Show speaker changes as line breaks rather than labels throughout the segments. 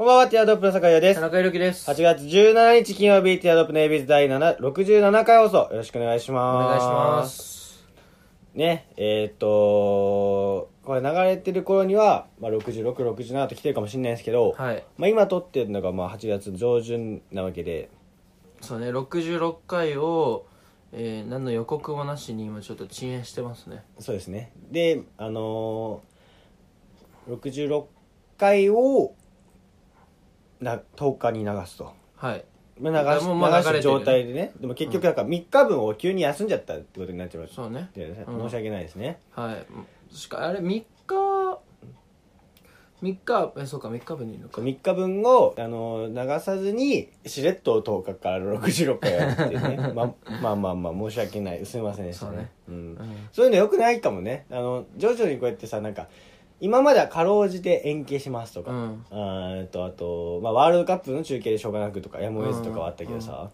こんばんは、ティアドロップの坂井です。
田
8
中裕樹です。お
月17日金曜日、ティアドロップのエビズ第7 67回放送、よろしくお願いします。
願いしま。す。
ね、えーっと、これ流れてる頃には、まあ、66、67と来てるかもしれないですけど、
はい。
まあ、今撮ってるのがまあ8月上旬なわけで、
そうね、66回を、えー、何の予告もなしに今ちょっと遅延してますね。
そうですね。で、あのー、66回をな10日に流すと。
はい。
ま
だか
あ、流
ら
し
もうもう流れてる
流した状態でね。でも結局、なんか3日分を急に休んじゃったってことになっちゃう。
そうね。
でね
うん
申し訳ないですね、
はい。しか、あれ、3日、3日、え、そうか、3日分にいるのか。
3日分を、あのー流さずにしれっと10日から66回やるっていう ねままあまあまあ申し訳ないすみませんでしたね
そうね
ん
うん
そういうのよくないかもねあの徐々にこうやってさなんか今まではかろうじて延期しますとか、
うん
あーえっとあと、まあ、ワールドカップの中継でしょうがなくとかやむを得ずとかはあったけどさ、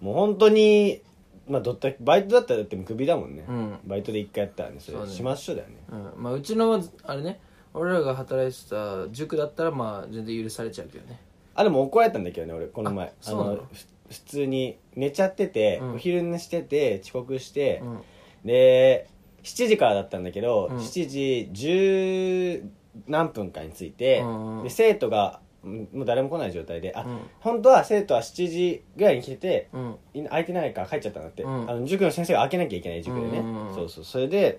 もう本当にまあどったバイトだったらだってもうクビだもんね、
うん
バイトで1回やったらねそ
そう
れ
ね
しまっしょうだよね
うん。まあ、うちの、あれね、俺らが働いてた塾だったら、まあ、全然許されちゃうけどね。
あでも怒られたんだけどね俺この前
あそうなの
ふ普通に寝ちゃってて、
うん
お昼寝してて遅刻して、
うん。
で7時からだったんだけど、
うん
7時10何分かについて、
うんうん
で生徒がうんもう誰も来ない状態であ、
うん
本当は生徒は7時ぐらいに来てて
うん。
い空いてないから帰っちゃったんだって、
うん
あの塾の先生が開けなきゃいけない塾でね、
うんうんうん
そうそうそれで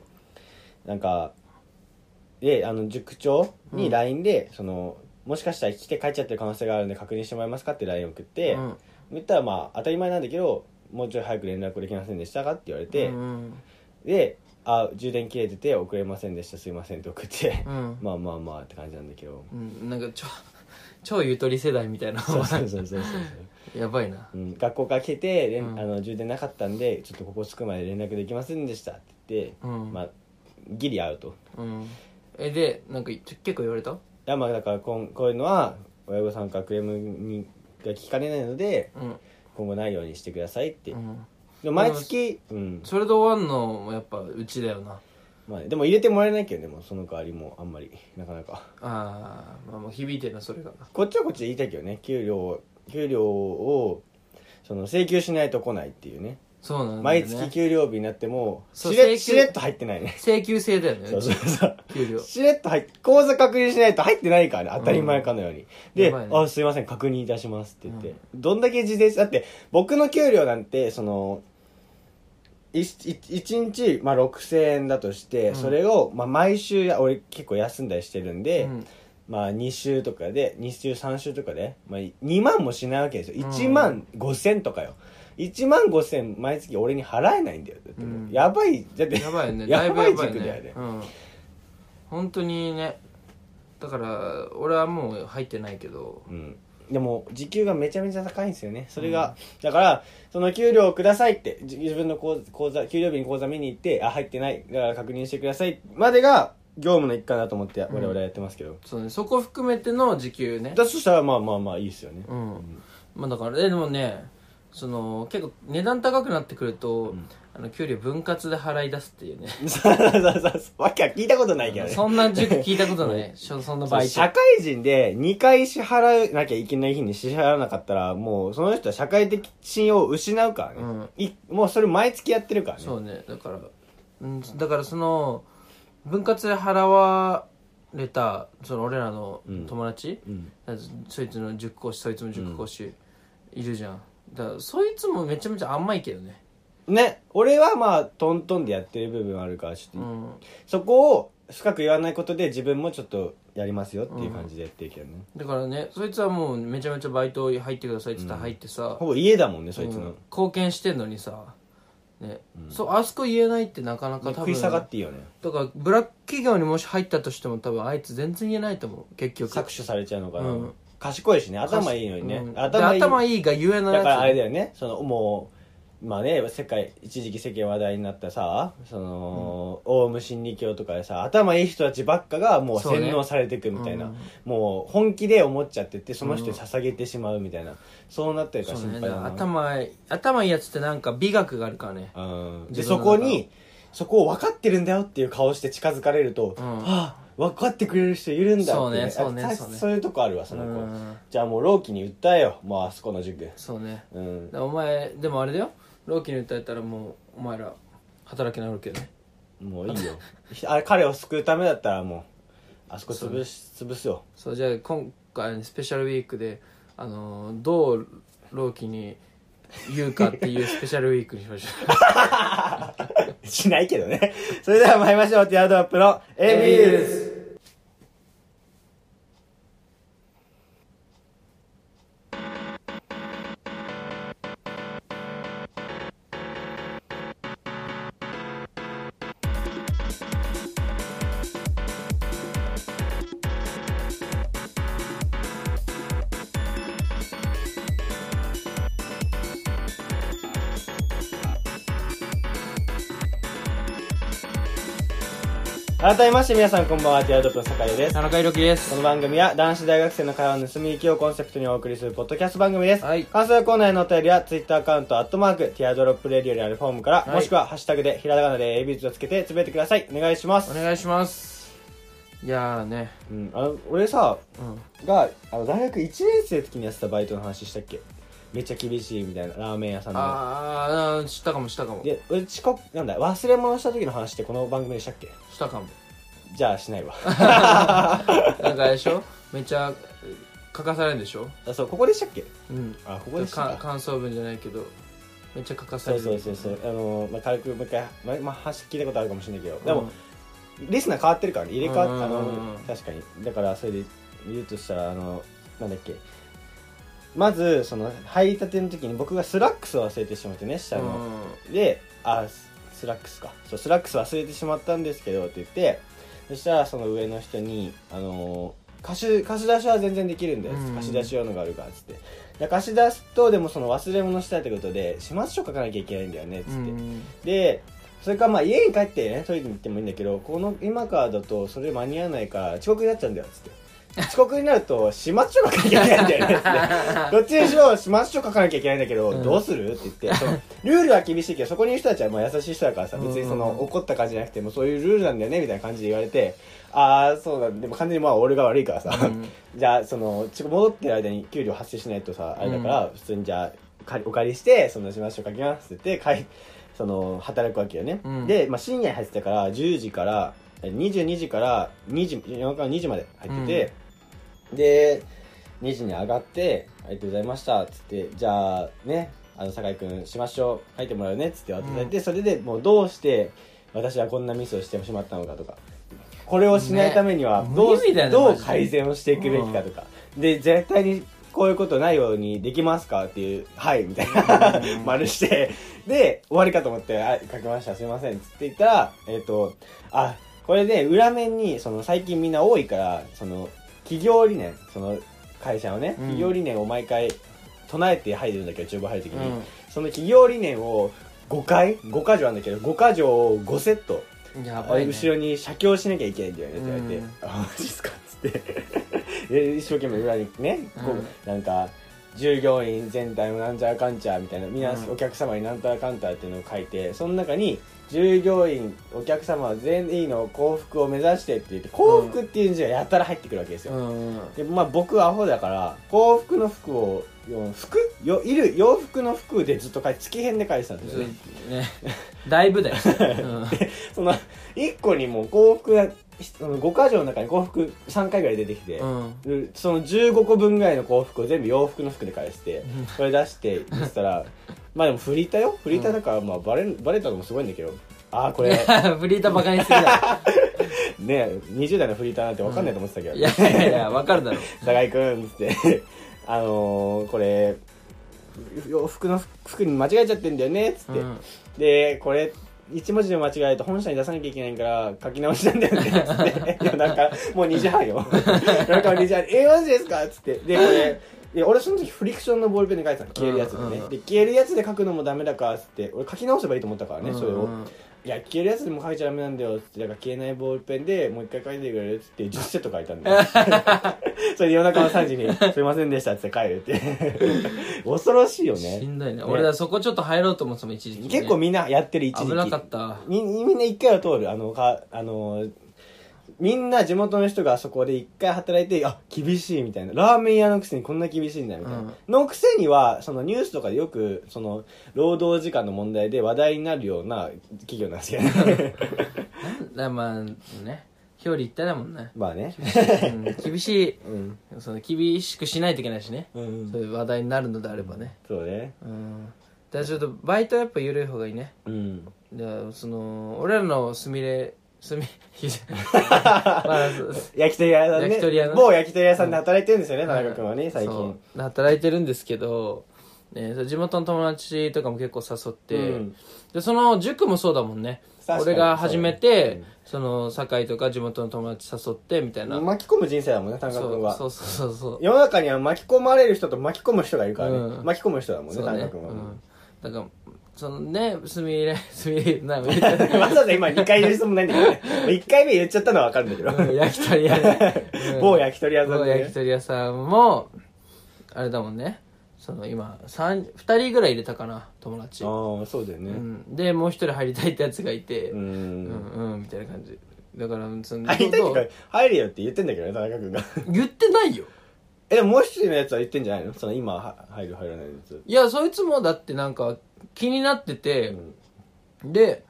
なんかであの塾長に LINE で、そのもしかしたら来て帰っちゃってる可能性があるんで確認してもらえますかって LINE を送って、
うん
言ったらまあ当たり前なんだけどもうちょい早く連絡できませんでしたかって言われて、
うん。
であ充電切れてて遅れませんでしたすいませんって送って
うん。
まあまあまあって感じなんだけど
うん、なんか、超、 超ゆとり世代みたいな。
そうそうそうそうそう
やばいな。
うん、学校から来てて、れん
うん
あの充電なかったんでちょっとここ着くまで連絡できませんでしたって言って、
うん。
まあギリアウト
うんえでなんか結構言われた
いやまあだからこんこういうのは親御さんからクレームにが聞かれないので
うん、
今後ないようにしてくださいって、
うん、
でも毎月、うん
それで終わんのもやっぱうちだよな
まあね、でも入れてもらえないけどねもうその代わりもあんまりなかなか
あーまあもう響いてるなそれが
こっちはこっちで言いたいけどね給料を給料をその請求しないと来ないっていうね
そうなんだ、ね、
毎月給料日になっても
そう
しれ
請求
しれっと入ってないね
請求制だよね
そうそうそう
うち給料
しれっと入って口座確認しないと入ってないからね当たり前かのように、で「
やばいね
あすいません確認いたします」って言って、どんだけ自転車だって僕の給料なんてその1日、まあ、6000円だとして、
うん
それを、まあ、毎週や俺結構休んだりしてるんで、
うん
まあ2週とかで2週3週とかで、まあ、2万もしないわけですよ
うん
1万5千とかよ1万5千毎月俺に払えないんだよだってもう
うん
やばいだって
やばいよねだ い
や
ぶ
ば
や
い
ばい
軸
ね
だよね
うん本当にねだから俺はもう入ってないけど
うんでも時給がめちゃめちゃ高いんですよねそれが、だからその給料をくださいってじ自分の口座口座給料日に口座見に行ってあ入ってないだから確認してくださいまでが業務の一環だと思って我々はやってますけど、
そう、ね、そこ含めての時給ね
だとしたらまあまあまあいいですよね、
うんまあだからえでもねその結構値段高くなってくると、あの給料分割で払い出すっていうね
そうそうそうそうわけは聞いたことないけどね
そんな塾聞いたこ とない。しょそんなバイト。
社会人で2回支払わなきゃいけない日に支払わなかったらもうその人は社会的信用を失うからね、いもうそれ毎月やってるからね
そうね。だから、うん、だからその、分割で払われた、その俺らの
うん
友達、
うん
だそいつの塾講師、そいつも塾講師、いるじゃん。だからそいつもめちゃめちゃ甘いけどね。
ね俺はまあトントンでやってる部分あるからちょっと、
うん。
そこを深く言わないことで自分もちょっとやりますよっていう感じでやってるけどね、
だからね、そいつはもうめちゃめちゃバイト入ってくださいって言ったら入ってさ、
ほぼ家だもんねそいつ
う
の
ん、貢献してんのにさ、ね、そう、あそこ言えないってなかなか多
食
分。
い下がっていいよね
だからブラック企業にもし入ったとしても多分あいつ全然言えないと思う結局
搾取されちゃうのかな、
うん
賢いしね頭いいのにね、
うんで
頭いい
頭いいがゆえの
だからあれ
や
だよねそのもうまあね世界一時期世間話題になったさその、オウム真理教とかでさ頭いい人たちばっかがもう
そうね
洗脳されていくみたいな
うん
もう本気で思っちゃっててその人に捧げてしまうみたいな、そうなってる
つ
から
そう
心
ね
配
だ
だ
か
な
ら頭いい頭いいやつってなんか美学があるからね
うんで
自
そ
分の中
こにそこを分かってるんだよっていう顔して近づかれると、
うん
はあ分かってくれる人いるんだってね、
そうねそうね
あた
そうね
そういうとこあるわその子、
うん
じゃあもう老期に訴えようもうあそこの塾
そうね
うん
だからお前でもあれだよローキに訴えたらもうお前ら働けなるけどね
もういいよ あれ彼を救うためだったらもうあそこ潰し潰すよ
そうじゃあ今回のスペシャルウィークであのーどうローキに言うかっていう スペシャルウィークにしましょ う
しないけどね それでは参りましょうティアドロップの AB です改めまして皆さんこんばんはティアドロップの酒井です
田中裕樹で
こ
す
の番組は男子大学生の会話の盗み聞きをコンセプトにお送りするポッドキャスト番組です。
はい
感想やコーナーへのお便りは、ツイッターアカウント、アットマーク、ティアドロップレディオにあるフォームから、
はい
もしくはハッシュタグで、ひらがなでエビズをつけてつぶやいてください。お願いします。
お願いしますいやーね
うん、あの、俺さ、
うん
が、あの、大学1年生の時にやってたバイトの話したっけめっちゃ厳しいみたいな、ラーメン屋さんの。
ああ知ったかもしたかも
で、俺遅刻、なんだ、忘れ物した時の話ってこの番組でしたっけ
したかも
じゃあしないわ。
なんかあれでしょめっちゃ書かされるんでしょ
あ、そう、ここでしたっけ
うん
あ、ここでした
か感想文じゃないけどめっちゃ書か
そ
され
う
る
そうそうそう、あのまあ、軽くもう一回、まあ、まあ、話聞いたことあるかもしれないけど、
ん
でも、リスナー変わってるからね、入れ替わっ
うん
た
うんうん
の
う、ん
確かに。だから、それで言うとしたら、あの、なんだっけ。まず、その、入りたての時に僕がスラックスを忘れてしまってね、下の。で、あ、ススラックスか。そう、スラックス忘れてしまったんですけど、って言って、そしたら、その上の人に、あの貸し、貸し出しは全然できるんだよ
うんうん。
貸し出し用のがあるから、つって。で貸し出すと、でもその忘れ物したってことで、始末書書かなきゃいけないんだよね、つっ
う
て。
んうん
でそれからまあ家に帰ってねトイレに行ってもいいんだけどこの今からだとそれ間に合わないから遅刻になっちゃうんだよっつって遅刻になると始末書書かなきゃいけないんだよねっつ ってどっちにしろ始末書書かなきゃいけないんだけど、
うん
どうするって言ってそのルールは厳しいけどそこにいる人たちはまあ優しい人だからさ別にその
うん
怒った感じじゃなくてもうそういうルールなんだよねみたいな感じで言われてああそうだでも完全にまあ俺が悪いからさ、
うん
じゃあそのち戻ってる間に給料発生しないとさあれだから、普通にじゃあ借りお借りしてそのしましょう書きますって言ってかいその働くわけよね、
うん
で、まあ、深夜に入ってたから10時からえ22時から2時夜中の2時まで入ってて、で2時に上がって「ありがとうございました」っつって「じゃあねあの酒井君しましょう書いてもらうね」っつって渡されて、それでもうどうして私はこんなミスをしてしまったのかとかこれをしないためには
ね
どう,、
無意味だよね
ど
マ
う
ジで
改善をしていくべきかとか、で絶対にこういうことないようにできますかっていう「はい」みたいな
うん
丸してで終わりかと思って「あ書きましたすいません」っつって言ったらえっ、とあこれで裏面にその最近みんな多いからその企業理念その会社のね、企業理念を毎回唱えて入るんだけど厨房入る時に、その企業理念を5回5箇条あるんだけど5箇条を5セット
うんやばいね
後ろに写経しなきゃいけないんだよねって言われて
うん
「あマジっすか」っつってで一生懸命裏にねこう、
うん
なんか従業員全体のなんちゃらかんちゃらみたいなみんな
うん
お客様になんたらかんたらっていうのを書いてその中に従業員お客様全員の幸福を目指してって言って幸福っていう字がやたら入ってくるわけですよ、
うん
でまあ僕アホだから幸福の服をよ服よいる洋服の服でずっと書いて月編で書いてたんですよね
ねだいぶだよ、うん
その1個にもう幸福がその5箇条の中に幸福3回ぐらい出てきて、
うん
でその15個分ぐらいの幸福を全部洋服の服で返して
ん
これ出してそしたら まあでもフリーターよフリーターだからまあバレるバレたのもすごいんだけどああこれ
フリーターバカにすぎだ
ね20代のフリーターなんて分かんないと思ってたけど、
いやいやいやわかるだろ
酒井君っつって あのー、これ洋服の服に間違えちゃってんだよねっつって、
うん
でこれ一文字でも間違えると本社に出さなきゃいけないから書き直しなんだよねっつって いやなんかもう2時半よ なんか2時半えマジですかっつってでこれいや俺その時フリクションのボールペンで書いてたの消えるやつでね、
うんうんうん
で消えるやつで書くのもダメだからっつって俺書き直せばいいと思ったからね、それ
う
を
ん
いや消えるやつでも書いちゃダメなんだよっつってだから消えないボールペンでもう一回書いてくれるっつって10セット書いたんだ よ それで夜中の3時に「すいませんでした」っつって帰るって 恐ろしいよ
し
ね
んどいね俺はそこちょっと入ろうと思ってたもん一時期ね
結構みんなやってる一時期
危なかった
みみんな一回は通るあのかあのみんな地元の人があそこで一回働いて、あ、厳しいみたいな。ラーメン屋のくせにこんな厳しいんだみたいな。
うん
のくせには、そのニュースとかでよく、その、労働時間の問題で話題になるような企業なんですけどね。
なんだまあね表裏一体だもんね、
まあね。
うん、厳し
うん。
いその厳しくしないといけないしね、
うん
そう。いう話題になるのであればね
そうね。
うんだからちょっとバイトはやっぱ緩い方がいいね
うん。
じゃあその俺らのすみれすみ まあそう
焼き鳥屋さんね。
焼き鳥屋のね
某焼き鳥屋さんで働いてるんですよね、田中君はね、最
そ
近。
う働いてるんですけど、ね、そう地元の友達とかも結構誘って、
うん
でその塾もそうだもんね
確かに
俺が始めて
うん
そ,、の堺とか地元の友達誘ってみたいな、
巻き込む人生だもんね、田中
そ
君
う
は。
そうそうそうそう
世の中には巻き込まれる人と巻き込む人がいるからね、
うん
巻き込む人だもんね
そう
田
ね
中君は、
うん、だからそのねすみれ すみれ な
わざわざ今2回言う人もないんだけど ね1回目言っちゃったのは分かるんだけど、
うん焼き鳥屋ねう ん
某焼き鳥屋さん
某
で、
焼き
ね、
鳥屋さんもあれだもんねその今三2人ぐらい入れたかな友達、
ああそうだよ
う
ね
ん、でもう一人入りたいってやつがいて、
うん
うんうんみたいな感じだからその
入りたいって
ど
いう
う
か入るよって言ってんだけどね田中君が
言ってないよ
えでももう一人のやつは言ってんじゃないのその今は入る入らないやつ、
いやそいつもだってなんか気になってて、で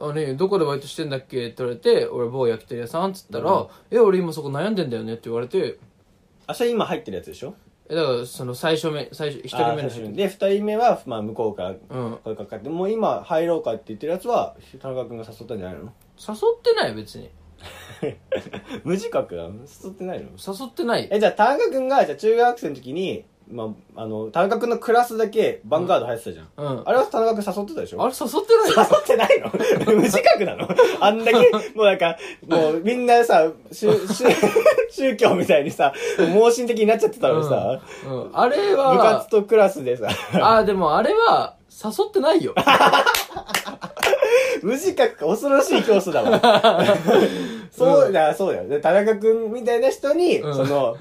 あれどこでバイトしてんだっけって言われて俺某焼き鳥屋さんっつったら、
うん
え俺今そこ悩んでんだよねって言われて
あそれ今入ってるやつでしょ
えだからその最初目最初一人目の
あー
人
最初にで2人目は、まあ、向こうから
うん
声かかって、もう今入ろうかって言ってるやつは田中君が誘ったんじゃないの
誘ってないよ別に
無自覚なの誘ってないの
誘ってない
えじゃあ田中君がじゃあ中学生の時に、まあ、あの田中君のクラスだけバンガード入ってたじゃん、
うん
あれは田中君誘ってたでしょ
あれ誘ってない
誘
よ
ってないの 無自覚なのあんだけ、もうなんか、もうみんなさ、宗宗宗教みたいにさ、盲信的になっちゃってたのにさ、
うんうんあれ
部活
は
とクラスでさ、
あーでもあれは誘ってな いよ
無自覚か恐ろしい競争だわ。 そうだ、そうだよ。で田中君みたいな人に、
うん
その、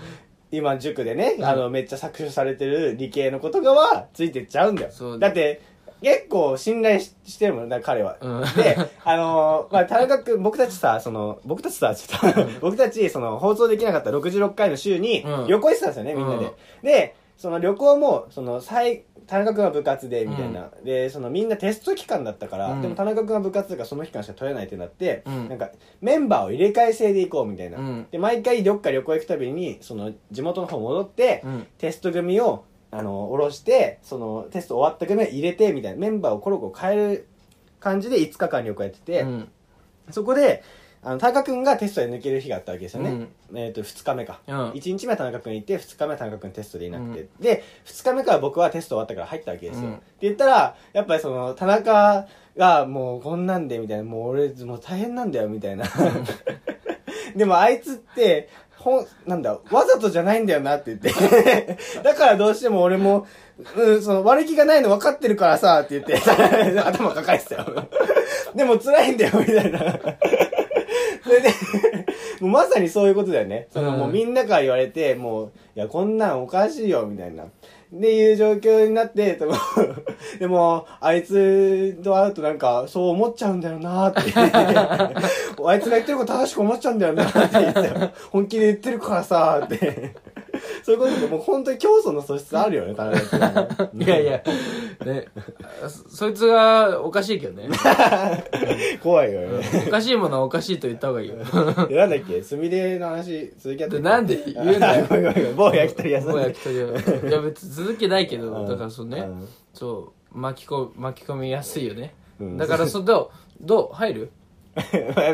今塾でね、
うん
あの、めっちゃ搾取されてる理系の子とかは、ついてっちゃうんだ
そ
よ。
う
だって、結構信頼ししてるもんな、彼は。
うん
で、あのーまあ、田中君、僕たちさ、その、僕たちさ、ちょっと、僕たち、その、放送できなかった66回の週に
う、ん
旅行行ってたんですよね、みんなで。
うん
で、その旅行も、その、最、田中君は部活で、みたいな。で、その、みんなテスト期間だったから、
うん
でも田中君は部活だからその期間しか取れないってなって、
うん
なんか、メンバーを入れ替え制で行こう、みたいな。
うん
で、毎回どっか旅行行くたびに、その、地元の方戻って、
うん
テスト組を、あの、下ろして、その、テスト終わった組は入れて、みたいな、メンバーをコロコロ変える感じで5日間旅行やってて、
うん
そこで、あの、田中くんがテストで抜ける日があったわけですよね。えっ、と、2日目か。
うん
一1日目は田中くん行って、2日目は田中くんテストでいなくて。で、2日目から僕はテスト終わったから入ったわけですよ。
うん
って言ったら、やっぱりその、田中がもうこんなんで、みたいな、もう俺、もう大変なんだよ、みたいな。 でもあいつって、ほん、なんだ、わざとじゃないんだよなって言って。 だからどうしても俺も、うん、その悪気がないの分かってるからさ、って言 って、頭抱えてたよ。でも辛いんだよ、みたいな。それで、もうまさにそういうことだよね。その
うん
もうみんなから言われて、もう、いや、こんなんおかしいよ、みたいな。っていう状況になって、と でも、あいつと会うとなんか、そう思っちゃうんだよなって。 あいつが言ってること正しく思っちゃうんだよなって言ってたよ本気で言ってるからさ、って。そういうことで、もう本当に競争の素質あるよね、田中君はね
いやいや、 ね、あそそいつがおかしいけどね。
怖いよね。
おかしいものはおかしいと言った方がいいよ。
でなんだっけすみれの話続きやってる
なんで言うんだよ
あごめんごめんごめん某焼き鳥屋さん
もう焼き鳥屋。いや別に続けないけ
う
ど、
ん
だからそうね、
うん
そう、巻きこ巻き込みやすいよね。
うん
だからそ、どう、どう入る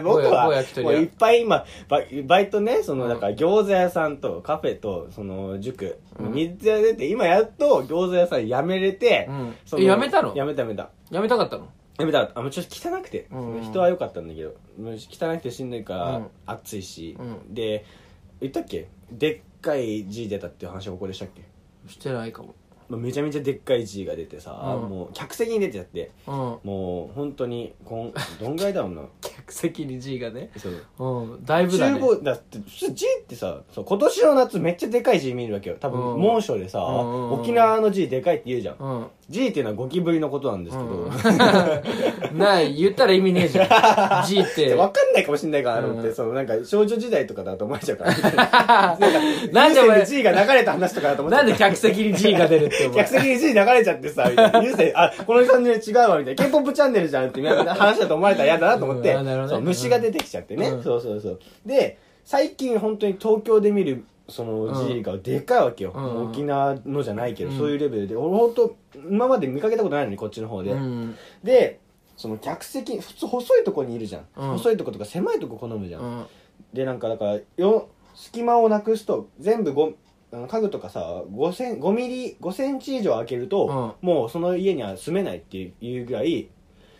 僕
某
は
焼き鳥
も
屋
ういっぱい今バイバイトねその
うん
だから餃子屋さんとカフェとその塾3つや出て今やっと餃子屋さん辞めれて
うん
その
え辞めたの
辞めた辞めた
やめたかったの
辞めたあもうちょっと汚くて
うん
人は良かったんだけどもう汚くてしんどいか
う
ら
ん
暑いし
う
で言ったっけでっかい字出たっていう話はここでしたっけ
してないかも。
まあめちゃめちゃでっかい G が出てさ、
うん
もう客席に出てちゃって
うん
もう本当にこん どんぐらいだろうな
客席に G がね
そう
うんだいぶだ
厨
ね
房だって普通 G ってさそう今年の夏めっちゃでかい G 見るわけよ多分
うん
猛暑でさ、
うんうんうん
沖縄の G でかいって言うじゃん、
うん、
G っていうのはゴキブリのことなんですけど、
う
ちょ
ん、ない言ったら意味ねえじゃ ん G っ
ってとわかんないかもしんないからと思って、
うん
そのなんか少女時代とかだと思われちゃうから
なんでお前
有線 G が流れた話とかだと思っちゃ
な
うん
で客席に G が出るってお前
客席に G 流れちゃってさ、み たいなニュースで、あ、この感じで違うわ、みたいな。K-POP チャンネルじゃんって、みたいな話だと思われたら嫌だなと思って、
うんあ なるほど
そ
ね
う虫が出てきちゃってね、
うん
そうそうそう。で、最近本当に東京で見る、その
うん
G がでかいわけよ。
うん
沖縄のじゃないけど、
うん
そういうレベルで。俺本当、今まで見かけたことないのに、こっちの方で。
うん
で、その客席、普通細いとこにいるじゃん。
うん
細いとことか狭いとこ好むじゃん。
うん
で、なんかだから、よ、隙間をなくすと、全部ご、あの家具とかさ、5セン、5ミリ、5センチ以上開けると、
うん
もうその家には住めないっていうぐらい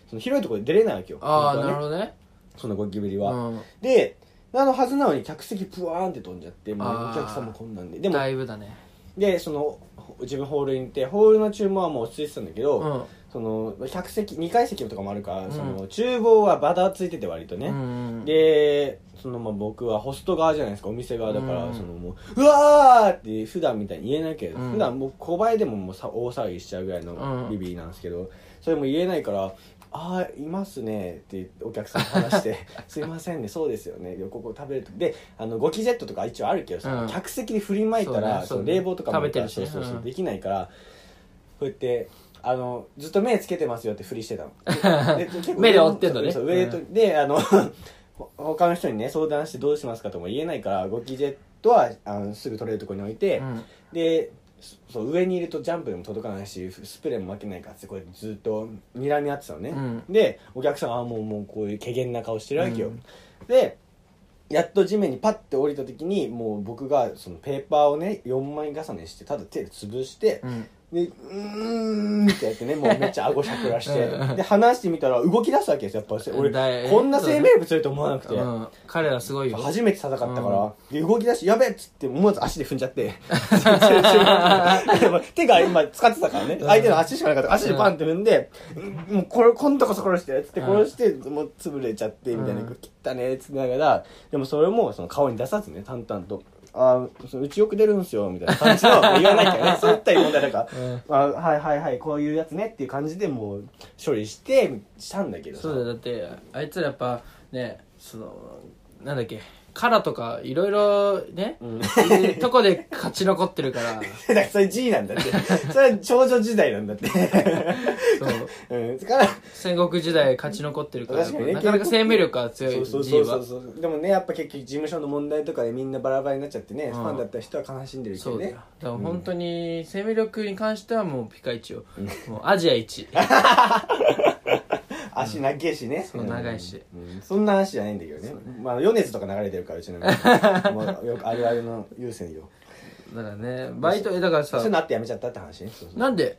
その広いところで出れないわけよ
ああ、
本当
な
は
る
ね
ほどね
そのゴキブリ
う
は、
ん
でなのはずなのに客席プワーンって飛んじゃってもう
あー
お客さんもこんなんででも
だいぶだね
でその自分ホールに行ってホールの注文はもう落ち着いてたんだけど、
うん
その客席2階席とかもあるから、
うん
その厨房はバタついてて割とね、
うん
でそのまあ僕はホスト側じゃないですかお店側だから、
うん
そのもううわーって普段みたいに言えないけど、
うん
普段僕小林でももうさ大騒ぎしちゃうぐらいうの
ん
ビビリなんですけど、それも言えないから「ああいますね」ってお客さんに話 して「すいませんねそうですよねでここ食べると」であのゴキジェットとか一応あるけどさ、
うん
客席に振りまいたらそ
そうねそうね
の冷房とかもあから
食べてるしね
そうそうそう
うん
できないからこうやって。あのずっと目つけてますよってふりしてた ので結構
目で追ってんのね
そう上と
う
であの ほ他の人にね相談してどうしますかとも言えないからゴキジェットはあのすぐ取れるところに置いて、
うん
でそそう上にいるとジャンプでも届かないしスプレーも負けないからっつってこれずっと睨み合ってたのね、
うん
でお客さんはもうもうこういう怪げな顔してるわけよ、
うん
でやっと地面にパッて降りた時にもう僕がそのペーパーをね4枚重ねしてただ手で潰して、
うん
で、うーんってやってね、もうめっちゃ顎しゃくらし
う
て。
ん
で、話してみたら動き出すわけですよ、やっぱ。
だ
俺、
い
こんな生命物いると思わなくて
う。ん彼らすごいよ
初めて戦ったから、
う
で動き出して、やべえっつって、思わず足で踏んじゃ って。 でも手が今使ってたからね、相手の足しかなかったから足でパンって踏んで、うんもうこれ、こんとこそ殺して、つって
うん
殺して、もう潰れちゃって、みたいな、
うん
切ったね、つってながら、でもそれもその顔に出さずね、淡々と。ああ、そのうちよく出るんすよ、みたいな感じの、言わないけど ね、そういった問題だから、
うん
あはいはいはいこういうやつねっていう感じでもう処理してしたんだけどさ
そうだよだってあいつらやっぱねそのなんだっけカラとかいろいろね、
ん
いるとこで勝ち残ってるか
だか
ら
らそれ G なんだってそれは少女時代なんだって
そう
うんだから
戦国時代勝ち残ってるから
確かにね
なかなか生命力が強い G
そう
は
そうそうそうそうでもねやっぱ結局事務所の問題とかでみんなバラバラになっちゃってね、
ん
ファンだった人は悲しんでるけ
そ
ど
うだ
ね
よだから本当に生命力に関してはもうピカイチよ、もうアジ ア一
足長いしね、
そう長いし
うんそんな話じゃないんだけどねまあ米津とか流れてるからうちの 店もうよくあるあるの優先よ
だからねバイトえだから
そう
さ
いうのあってやめちゃったって話ねそうそう
なんで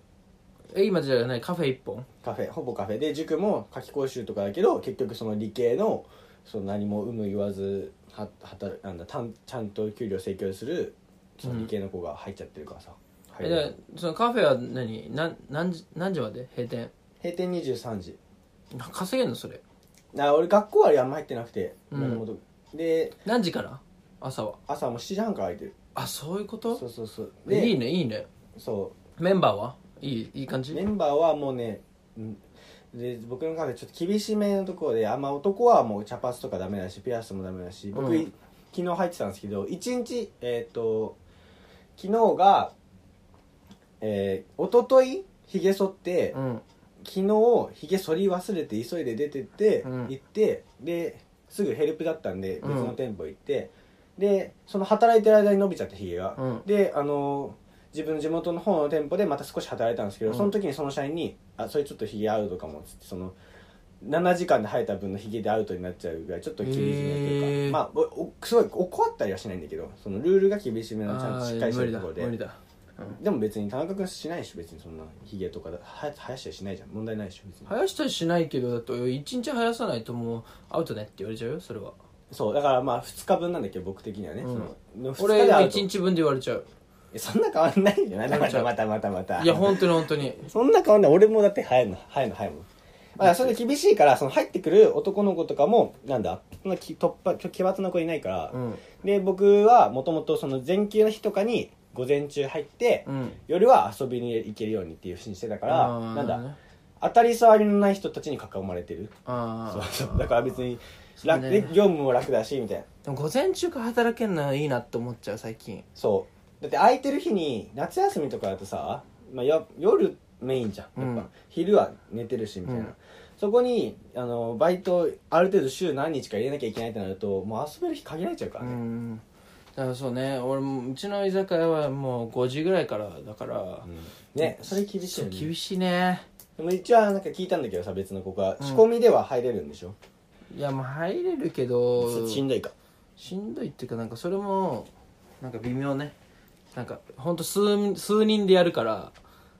え今じゃないカフェ一本
カフェほぼカフェで塾も夏期講習とかだけど結局その理系のその何も有無言わずは働なんだたんちゃんと給料請求するその理系の子が入っちゃってるからさ、
え
入れない
でそのカフェは何なん何時何時まで閉店
閉店23時
な稼げんのそれ
あ俺学校はあんま入ってなくて、
うん
何もで
何時から朝は
朝もう7時半から空いてる
あそういうこ
そ
と
うそうそうで
いいねいいね
そ
メンバーはいいいい感
う
じ
メンバーはもうねうんで僕のカフェちょっと厳しめのところであんま男はもう茶髪とかダメだしピアスもダメだし僕、
うん
昨日入ってたんですけど一日えっ、と昨日がえー、一昨日ひげ剃って、
うん
昨日ひげ剃り忘れて急いで出てって、
うん
行ってですぐヘルプだったんで別
うん
の店舗行って、でその働いてる間に伸びちゃってひげが、
うん
であの自分の地元の方の店舗でまた少し働いたんですけど、
うん
その時にその社員に「あそれちょっとひげアウトかも」っつってその7時間で生えた分のひげでアウトになっちゃうぐらいちょっと厳しめとい
へ
う
ー
か、まあおおすごい怒ったりはしないんだけどそのルールが厳しめのちゃんとしっかりしてるところ
あー無理
で
だ無理だ
でも別に田中君しないし別にそんなひげとかだは生やしたりしないじゃん問題ないでしょ別に
生やしたりしないけどだって一日生やさないともうアウトねって言われちゃうよそれは
そうだからまあ2日分なんだけど僕的にはね、
うん
その2日
俺
で
今
会う
一日分で言われちゃう
やそんな変わんないよまたまたまたまたまた
いや本当に本当に
そんな変わんない俺もだって早いの早いの早いもんまあそれで厳しいからその入ってくる男の子とかもなんだそんなき突破きょ奇抜な子いないから、
うん
で僕はもともとその前休の日とかに午前中入って、
うん
夜は遊びに行けるようにっていうふうにしてたから、
あ
なん
ーるほど
だ
ね
当たり障りのない人たちに囲まれてる
あ
そう
あ
そうだから別に
そう
楽、
ね
で業務も楽だしみたいな
でも午前中から働けんのはいいなって思っちゃう最近
そうだって空いてる日に夏休みとかだとさ、まあ、や夜メインじゃんやっぱ、
うん
昼は寝てるしみたいな、
うん
そこにあのバイトある程度週何日か入れなきゃいけないってなるともう遊べる日限られちゃうか
う
らね、
んだからそうね俺もうちの居酒屋はもう5時ぐらいからだから、
ねそれ厳しい
そ
よ
う
ね
厳しいね
でも一応なんか聞いたんだけどさ別の子が
うん
仕込みでは入れるんでしょ、
いやもう入れるけど
しんどいか
しんどいっていうかなんかそれもなんか微妙ねなんかほんと数数人でやるから、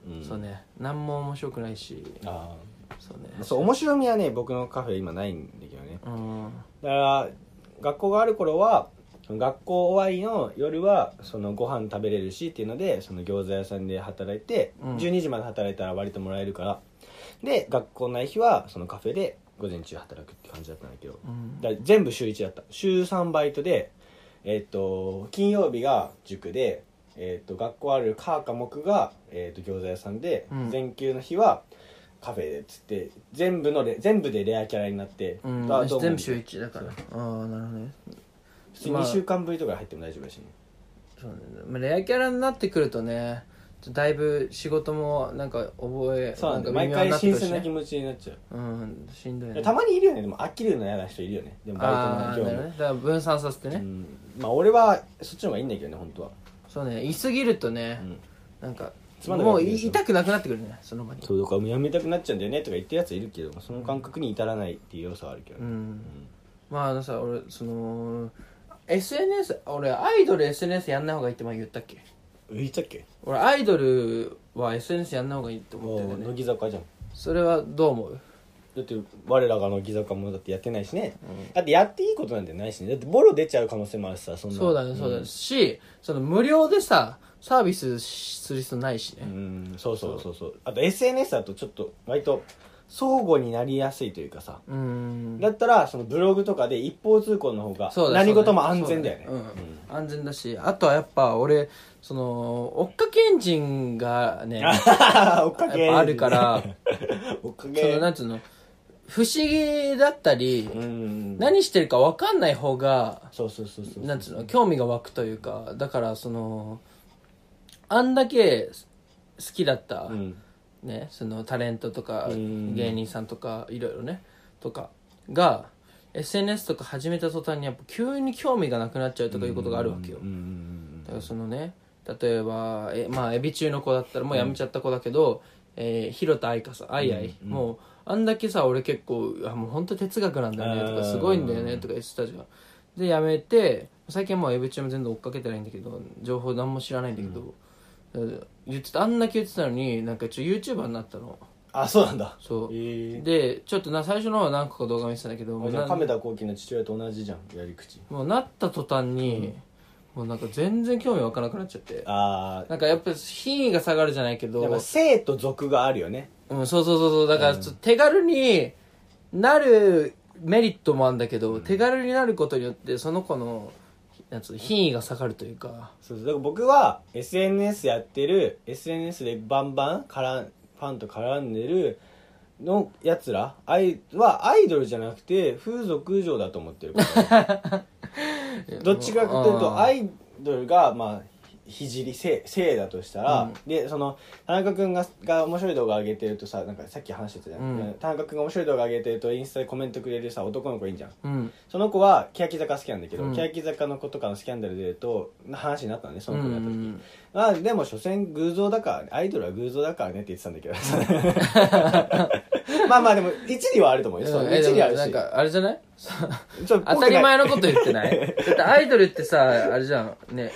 うん
そうね何も面白くないし
あ
そう
あ
ね
そう面白みはね僕のカフェ今ないんだけどね
うん
だから学校がある頃は学校終わりの夜はそのご飯食べれるしっていうのでその餃子屋さんで働いて、
うん
12時まで働いたら割ともらえるからで学校ない日はそのカフェで午前中働くって感じだったんだけど
うん
だから全部週1だった週3バイトでえっと金曜日が塾で、えっと学校ある火か木が、えっと餃子屋さんで、
うん
全休の日はカフェでっつって全部のレ全部でレアキャラになって、
うん
あどうも
全部週1だからああなるほどね
普通に2週間ぶりとか入っても大丈夫だしね、
そうねまあレアキャラになってくるとねちょっとだいぶ仕事もなんか覚え
そうなんだ
か
よ
微
毎回
妙になって
新
くるし
鮮な
ね
気持ちになっちゃう、
うんしんどいね
たまにいるよねでも飽きるの嫌な人いるよねでもバ
あ
イ
あ
ト
ー
の
なる
今日も、
ほどねだから分散させてね、
うん、まあ俺はそっちの方がいいんだけどね本当は、
そうね言い過ぎるとね
う、ん、
なんか
つまんなくな
も
っ
う
てくるでしょ
い痛くなくなってくるねその場に
そうだからもうやめたくなっちゃうんだよねとか言ってるやついるけどその感覚に至らないっていう要素はあるけど
う
ね、
んまああのさ俺その SNS 俺アイドル SNS やんない方がいいって前言ったっけ
うん、言ったっけ
俺アイドルは SNS やんない方がいいって思
も
ってる
うん
だよ
乃
ね
木坂じゃん
それはどう思う
だって我らが乃木坂もだってやってないしね、だってやっていいことなんてないしねだってボロ出ちゃう可能性もあるしさそんな
そうだねそうだね、しその無料でさサービスする必要ないし
う
ね、
んそうそうそうそうあと SNS だとちょっと割と相互になりやすいというかさ
うーん
だったらそのブログとかで一方通行の方が
そうだ
何事も安全だよね
そううん、安全だしあとはやっぱ俺その追っかけエンジンがね や
う
っ
ん 追っかけ
ぱある から
追っか
そ
け
のなんつうの不思議だったり、
うん
何してるか分かんない方が
そうそうそうそう
なんつうの興味が湧くというかだからそのあんだけ好きだった、
うん
ね、そのタレントとか
うん
芸人さんとかいろいろねとかが SNS とか始めた途端にやっぱ急に興味がなくなっちゃうとかいうことがあるわけよ
うんうん
だからそのね例えばえまあエビ中の子だったらもうやめちゃった子だけど、えー広田愛香さん愛愛、もうあんだけさ俺結構あもう本当哲学なんだよねと
あ
か
ー
すごいんだよねとか言ってたじゃんでやめて最近はもうエビ中も全然追っかけてないんだけど情報何も知らないんだけど、だから言ってたあんだけ言ってたのになんかちょ YouTuber になったの
あそうなんだ
そう
へえ
でちょっとな最初の方は何個か動画見てたんだけどもう
じゃ
な
あ亀田光輝の父親と同じじゃんやり口
もうなった途端に、もうなんか全然興味湧かなくなっちゃって
ああ
なんかやっぱ品位が下がるじゃないけど、
やっ
うん、
ぱ
そう
生と俗があるよね
そうそうそうだからちょっと手軽になるメリットもあるんだけど、手軽になることによってその子のなんつうの品位が下がるというか
そうそうだから僕は SNS やってる SNS でバンバン絡んファンと絡んでるのやつらアイはアイドルじゃなくて風俗嬢だと思って るからどっちかという
うん
とアイドルがまあひじり性性だとしたら、でその田中君がが面白い動画上げてるとさなんかさっき話してたじゃん、
うん
田中君が面白い動画上げてるとインスタでコメントくれるさ男の子いいんじゃん
うん
その子は欅坂好きなんだけど、
うん
欅坂の子とかのスキャンダルで言うと話になったのねそ
うん
の
う
子になった時、
ん
まあでも所詮偶像だからアイドルは偶像だからねって言ってたん だけどまあまあでも一理はあると思うよ、そう
うんえ
一理
で
あ
も
る
なん
し
かあれじゃないそう
ちょっと
当たり前のこと言ってない だってアイドルってさあれじゃんね、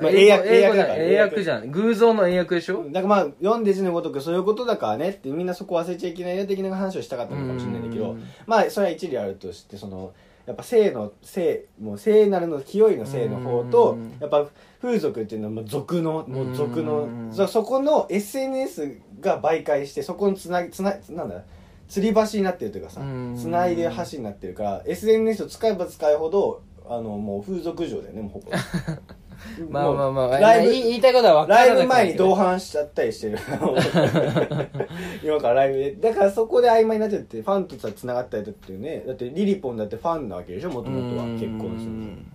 まあ
英語
英
英
訳
語じ
だ
ゃ
から
ん
ね
英訳じゃん偶像の英訳でしょ、
なんかまあ読んで字のごとくそういうことだからねってみんなそこ忘れちゃいけないよ的な話をしたかったのかもしれないんだけど
うん
まあそれは一理あるとしてそのやっぱ性の性もう聖なるの清いの性の方と
うん
やっぱ風俗っていうのはもう俗のもう俗の
うん
そそこの SNS が媒介してそこのつなぎつななんだ吊り橋になってるというかさ
うん
つないで橋になってるから SNS を使えば使うほどあのもう風俗嬢だよねもうほぼ
まあまあま
も
あ
うライブ
い言いたいことは分か
ラ
ら
イブ前に同
う
伴しちゃったりして る今からライブでだからそこで曖昧になっちゃってファンとさつながったりだってねだってリリポンだってファンなわけでしょもともとは結婚する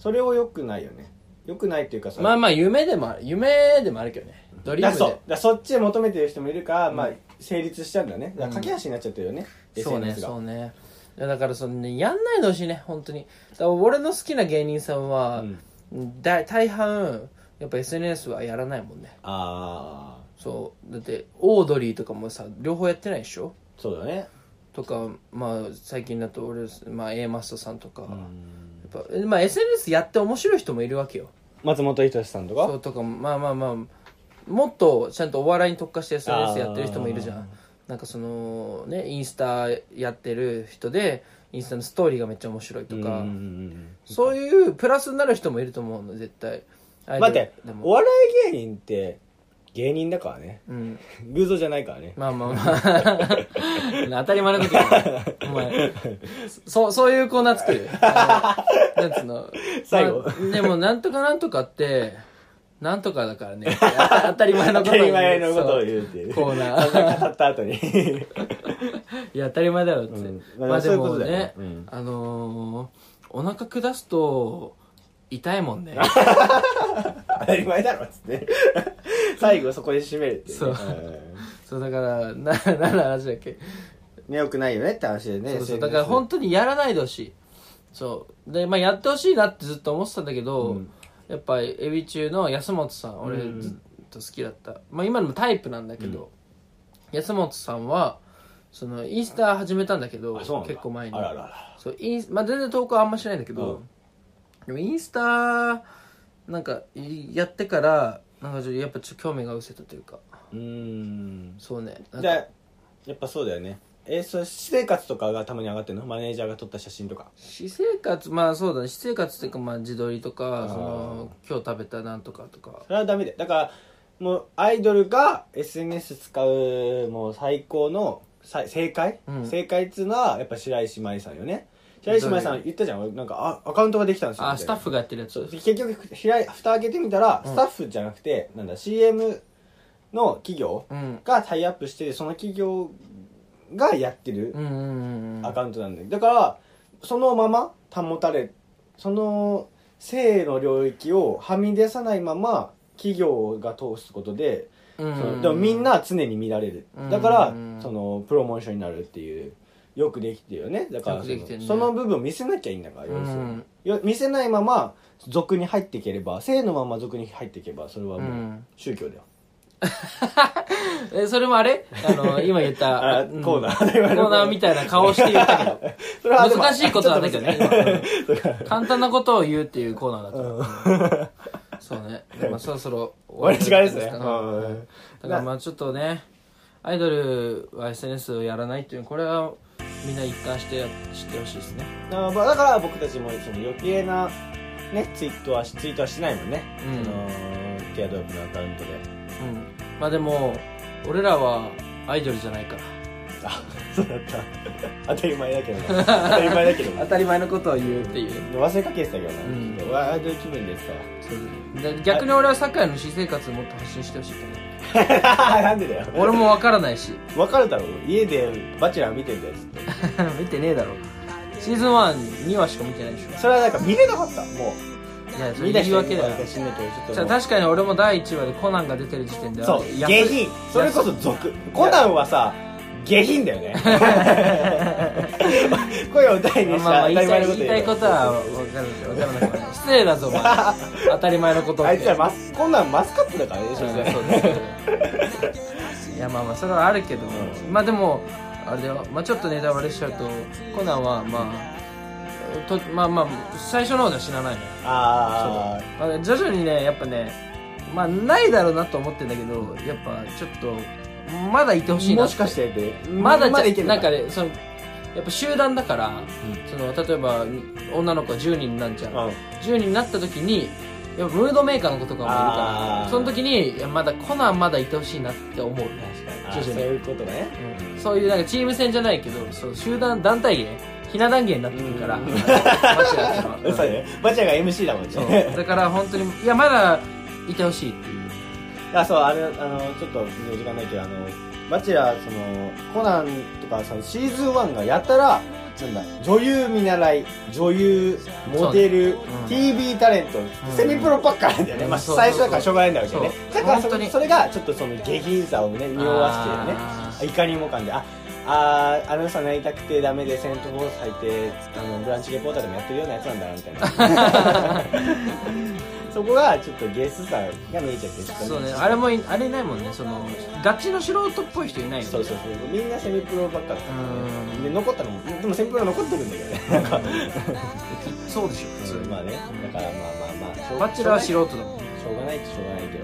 それをよくないよねよくないっていうかさ
まあまあ夢でもある夢でもあるけどねドリー
だ
ム
そう
で
だからそっちを求めてる人もいるから、まあ
うん
成立しちゃうんだねだから架け橋になっちゃってるよね、
そうね
SNS が
そうねいやだからそのねやんないでほしいね本当にだから俺の好きな芸人さんは、だ大半やっぱ SNS はやらないもんね
ああ
そうだってオードリーとかもさ両方やってないでしょ
そうだね
とかまあ最近だと俺、まあ、A マストさんとか、
う
や
ん
っぱえまあ SNS やって面白い人もいるわけよ
松本人志さんと
そ
か
うとかまあまあまあもっとちゃんとお笑いに特化して SNS やってる人もいるじゃ
あー
んなんかそのねインスタやってる人でインスタのストーリーがめっちゃ面白いと
う
か、
んうんうん
そういうプラスになる人もいると思うの絶対アイド
待っ
ル
て
で
お
も、
笑い芸人って芸人だからね
うん、
偶像じゃないからね
まあまあま あ当たり前のことだお前そそういうコーナー作るあのなんつうの
最後
まあでもなんとかなんとかってなんとかだからね当た当たり前の
当
こと
たり前のことを
そう
言うっていうね
コー ナー
散々語った後に
いや当たり前だよって、
うんま
ま
あ
あ、
そ
で
ういうこと
も
だよね
ね、
うん
あのー、お腹下すと痛い もんね
当たり前だろっつって 最後そこで締めるっていね
そうんそうだからな何の話だっけ
ねよくないよねって話でね
そうそうだから本当にやらないでほしいそうでまあやってほしいなってずっと思ってたんだけど、
うん
やっぱりエビ中の安本さん俺
うん
ずっと好きだった、まあ今でもタイプなんだけど、安本さんはそのインスタ始めたんだけど
あそうなんだ
結構前に
あらあらあ
そうインスまあ、全然投稿あんましないんだけど、でもインスタなんかいやってからなんかちょっとやっぱちょっと興味が失せたというか
らうーん
そうねなん
じ
か
ゃあやっぱそうだよねえそう私生活とかがたまに上がってるのマネージャーが撮った写真とか
私生活まあそうだね私生活っていうかまあ自撮りとか
ー
その今日食べたなんとかとか
それはダメだよだからもうアイドルが SNS 使うもう最高のさ正解、
うん
正解っつうのはやっぱ白石麻衣さんよね白石麻衣さ
どうん
言ったじゃん俺なんかあアカウントができたんですよみ
あ
た
ス
い
タ
な
ッフがやってるや
そう
つ
結局開い蓋開けてみたら、
うん
スタッフじゃなくてなんだ CM の企業
うん
がタイアップしてその企業がやってる
うんうんうん
アカウントなんだよだからそのまま保たれその性の領域をはみ出さないまま企業が通すことで、
うんうん
その
うん
でもみんな常に見られる、
うん
だから、
うん
そのプロモーションになるっていうよくできてるよねだから
よ
そ
く
の,、
できてるね
その部分を見せなきゃいいんだから
う
要するに
ん
よ見せないまま俗に入っていければ性のまま俗に入っていけばそれは
う
もうん宗教だよ、
えそれもあれあの今言った
あ
うん
コーナー
コーナーみたいな顔して言ったけど
それはでも
難しいことなんだけどね
ちょっと難しいそれは
簡単なことを言うっていうコーナーだから、そうね、 まあ、そろそろ
終わり時間ですね
か
うんうんうん
だからまあちょっとねアイドルは SNS をやらないっていうこれはみんな一貫してや知ってほしいですね
だからまあだから僕たちもその余計な、ね、ツイートはしツイートはしないもんね、
うん
そのティアドロップのアカウントで
うんまあでも俺らはアイドルじゃないから
あ そうだった当たり 前だけどね当たり前だけどね
たり前のことを言うっていう
忘れかけてたけどな、
うん
うわアイドル気分でさ
逆に俺はサッカーの私生活をもっと発信してほしいけ どね
なんでだよ
俺もわからないし
分かるだろ家でバチェラー見てんだよずっと
見てねえだろシーズン12話しか見てないでしょ
それはなんか見れなかったも
いや
う
それ
見た
言い
人
訳だよ
かしんないけどちょっと
じゃあ
もう
確かに俺も第1話でコナンが出てる時点で
そう
やっ
下品それこそ俗コナンはさ下品だよ ね 声を大にした当たり前のこ
まあまあ言いたい言
と
いたいことは分かるんだよ分からなくはない失礼だぞお 前当たり前のことって
あいつらマスコナンマスカットだからね所
そう
詮
だそうだそうだいやまあまあそれはあるけどまあでもあれだよ、まあ、ちょっとネタバレしちゃうとコナンはまあとまあまあ最初の方では死なないのよ
ああ
まあ徐々にねやっぱねまあないだろうなと思ってんだけどやっぱちょっとまだいてほしいな
も
って
しかしてで
まだ
まだいけな
な
んい
かねそのやっぱ集団だから、その例えば女の子が10人なんじゃん、
うん
10人になった時にやっぱムードメーカーの子とかもいるか
あー
らその時にいやまだコナンまだいてほしいなって思うね
あ
徐
そう
々に
いうことね
うんそういうなんかチーム戦じゃないけどそう集団団体芸ひな壇芸になってくるから、
うん
マジだか ら
そうだねバチャが MC だもん
そう
ね
だから本当にいやまだいてほしいっていう
あそうあれあのちょっと時間ないけどあのバチェラーそのコナンとかそのシーズン1がやたらなんだ女優見習い女優モデル、
ん
TV タレント、セミプロばっかなんだよね、
うん
まあ、
そう
最初だからしょうがないんだろうけどね
そう
だからそ
本当に
それがちょっとその下品さをね匂わ
あ
せてね怒りも感でああーあの人泣いたくてダメでセント・フォース履いてあのブランチレポーターでもやってるようなやつなんだなみたい なそこがちょっとゲスさが見えちゃってちょっと
そうねあれもいあれいないもんねそのガチの素人っぽい人いないよね
そうそうそうみんなセミプロばっかだったから
う
ねで
ん
残ったのもでもセミプロは残ってるんだけどねなんか
そうでしょ普通
まあねだからまあまあまあしょう
バチェラーは素人だもん
しょうがないっちゃしょうがないけど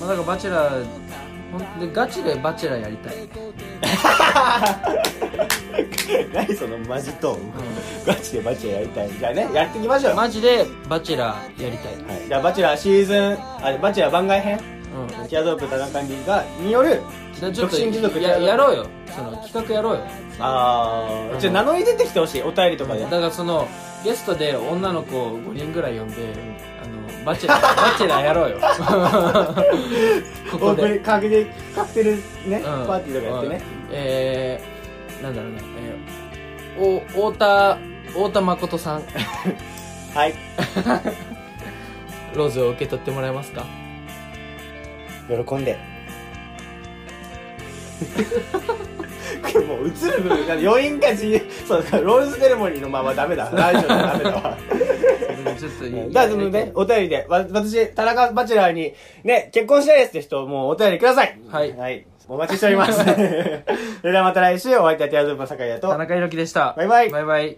まあ、だからバチェラーほんでガチでバチェラーやりたい、
何そのマジトーン、ガチでバチェラーやりたいじゃあねやっていきましょう、は
マジでバチェラーやりたい、
い、じゃあバチェラーシーズンあれバチェラー番外編
うんだか
キアドープ田中理がによる
らちょっと
独身貴族
ややろうよその企画やろうよ
ああじゃあ名乗り出てきてほしいお便りとかで、
だからそのゲストで女の子を5人ぐらい呼んであのバチェラ ーバチェラーやろうよこ
お
こ
こ
で
れカクテカクテルね、
うん
パーティーとかやってね、
うんえー、なんだろうね、えー、お太田太田誠さん
はい
ローズを受け取ってもらえますか
喜んで これもう映る部分が余韻が自由そうかロールセレモニーのままダメだ大丈夫ダメだわ
ちょっといい
だからそのね、お便りで、わ私、田中バチェラーに、ね、結婚したいですって人、もうお便りください
はい
はい。お 待ちしております。それではまた来週、お会いいたいティアズームの酒井だと
田、中裕樹でした
バイバイ
バイバイ